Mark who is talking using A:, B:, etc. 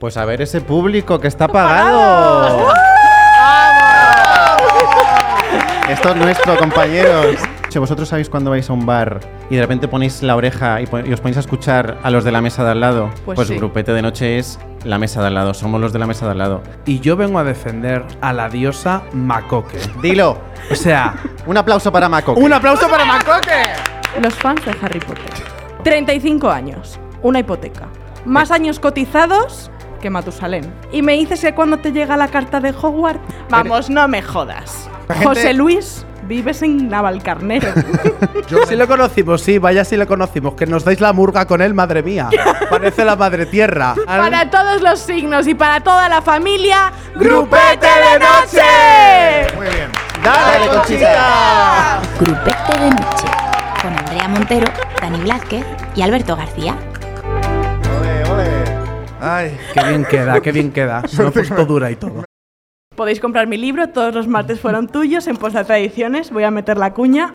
A: Pues a ver ese público que está pagado. Esto es nuestro, compañeros. Si vosotros sabéis cuando vais a un bar y de repente ponéis la oreja y, po- y os ponéis a escuchar a los de la mesa de al lado, pues,
B: Pues sí.
A: grupete de noche es la mesa de al lado, somos los de la mesa de al lado.
C: Y yo vengo a defender a la diosa Macoque.
A: Dilo,
C: O sea,
A: un aplauso para Maco.
C: un aplauso para Macoque.
B: Los fans de Harry Potter. 35 años, una hipoteca. Más años cotizados que Matusalén. Y me dices que cuando te llega la carta de Hogwarts. Vamos, no me jodas.
C: Gente-
B: José Luis, vives en Navalcarnero.
C: Si lo conocimos, sí, vaya si lo conocimos. Que nos dais la murga con él, madre mía. Parece la madre tierra. Al-
B: para todos los signos y para toda la familia,
C: ¡Grupete
B: ¡Grupete
C: de
B: de Noche!
D: Muy bien.
C: ¡Dale,
A: Dale, Conchita.
C: Conchita!
E: Grupete de Noche. Con Andrea Montero, Dani Blázquez y Alberto García.
D: Ole, ole. Ay.
C: Qué bien queda, qué bien queda. Se lo he puesto dura y todo.
B: Podéis comprar mi libro, todos los martes fueron tuyos en Posta Tradiciones. Voy a meter la cuña.